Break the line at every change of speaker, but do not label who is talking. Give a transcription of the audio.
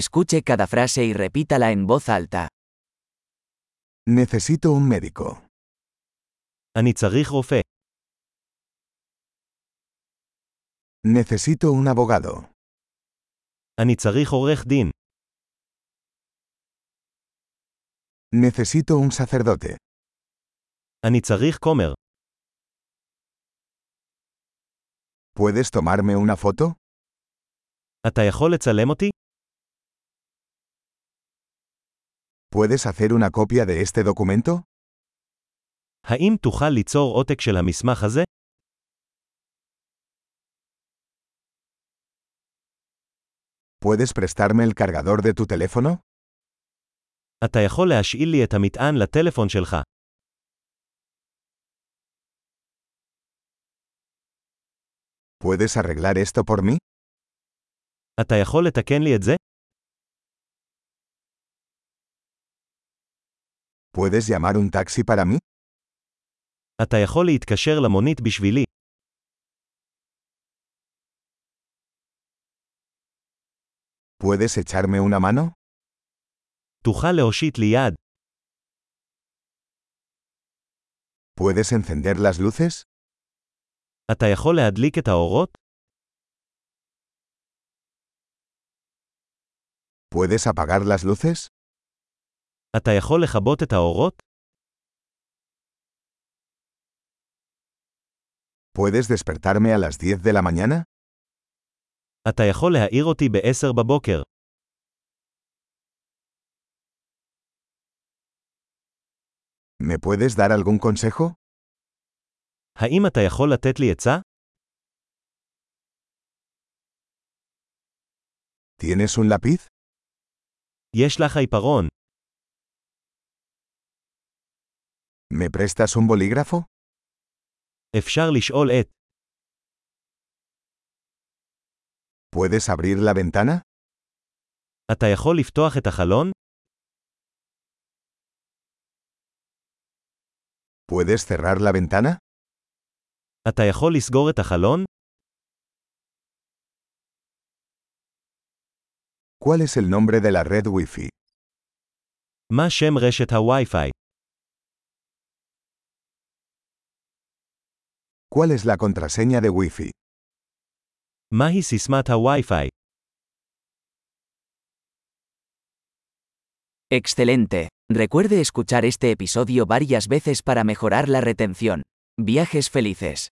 Escuche cada frase y repítala en voz alta.
Necesito un médico.
אני צריך רופא.
Necesito un abogado.
אני צריך עורך דין.
Necesito un sacerdote.
אני צריך כומר.
¿Puedes tomarme una foto?
אתה יכול לצלם אותי?
¿Puedes hacer una copia de este documento?
האם תוכל ליצור עותק של המסמך הזה?
¿Puedes prestarme el cargador de tu teléfono?
אתה יכול להשאיל לי את המטען לטלפון שלך.
¿Puedes arreglar esto por mí?
אתה יכול לתקן לי את זה?
¿Puedes llamar un taxi para mí?
אתה יכול להתקשר למונית בשבילי.
¿Puedes echarme una mano?
תוכל להושיט לי יד.
¿Puedes encender las luces?
אתה יכול להדליק את האורות?
¿Puedes apagar las luces?
אתה יכול לכבות את האורות?
¿Puedes despertarme a las 10 de la mañana?
אתה יכול להעיר אותי ב-10 בבוקר.
¿Me puedes dar algún consejo?
האם אתה יכול לתת לי עצה?
¿Tienes un lápiz?
יש לך עיפרון.
¿Me prestas un bolígrafo?
אפשר לשאול את.
¿Puedes abrir la ventana?
אתה יכול לפתוח את החלון?
¿Puedes cerrar la ventana?
אתה יכול לסגור את החלון?
¿Cuál es el nombre de la red Wi-Fi?
מה שם רשת הווי-פיי?
¿Cuál es la contraseña de Wi-Fi?
מהי סיסמת הווי-פיי?
Excelente. Recuerde escuchar este episodio varias veces para mejorar la retención. Viajes felices.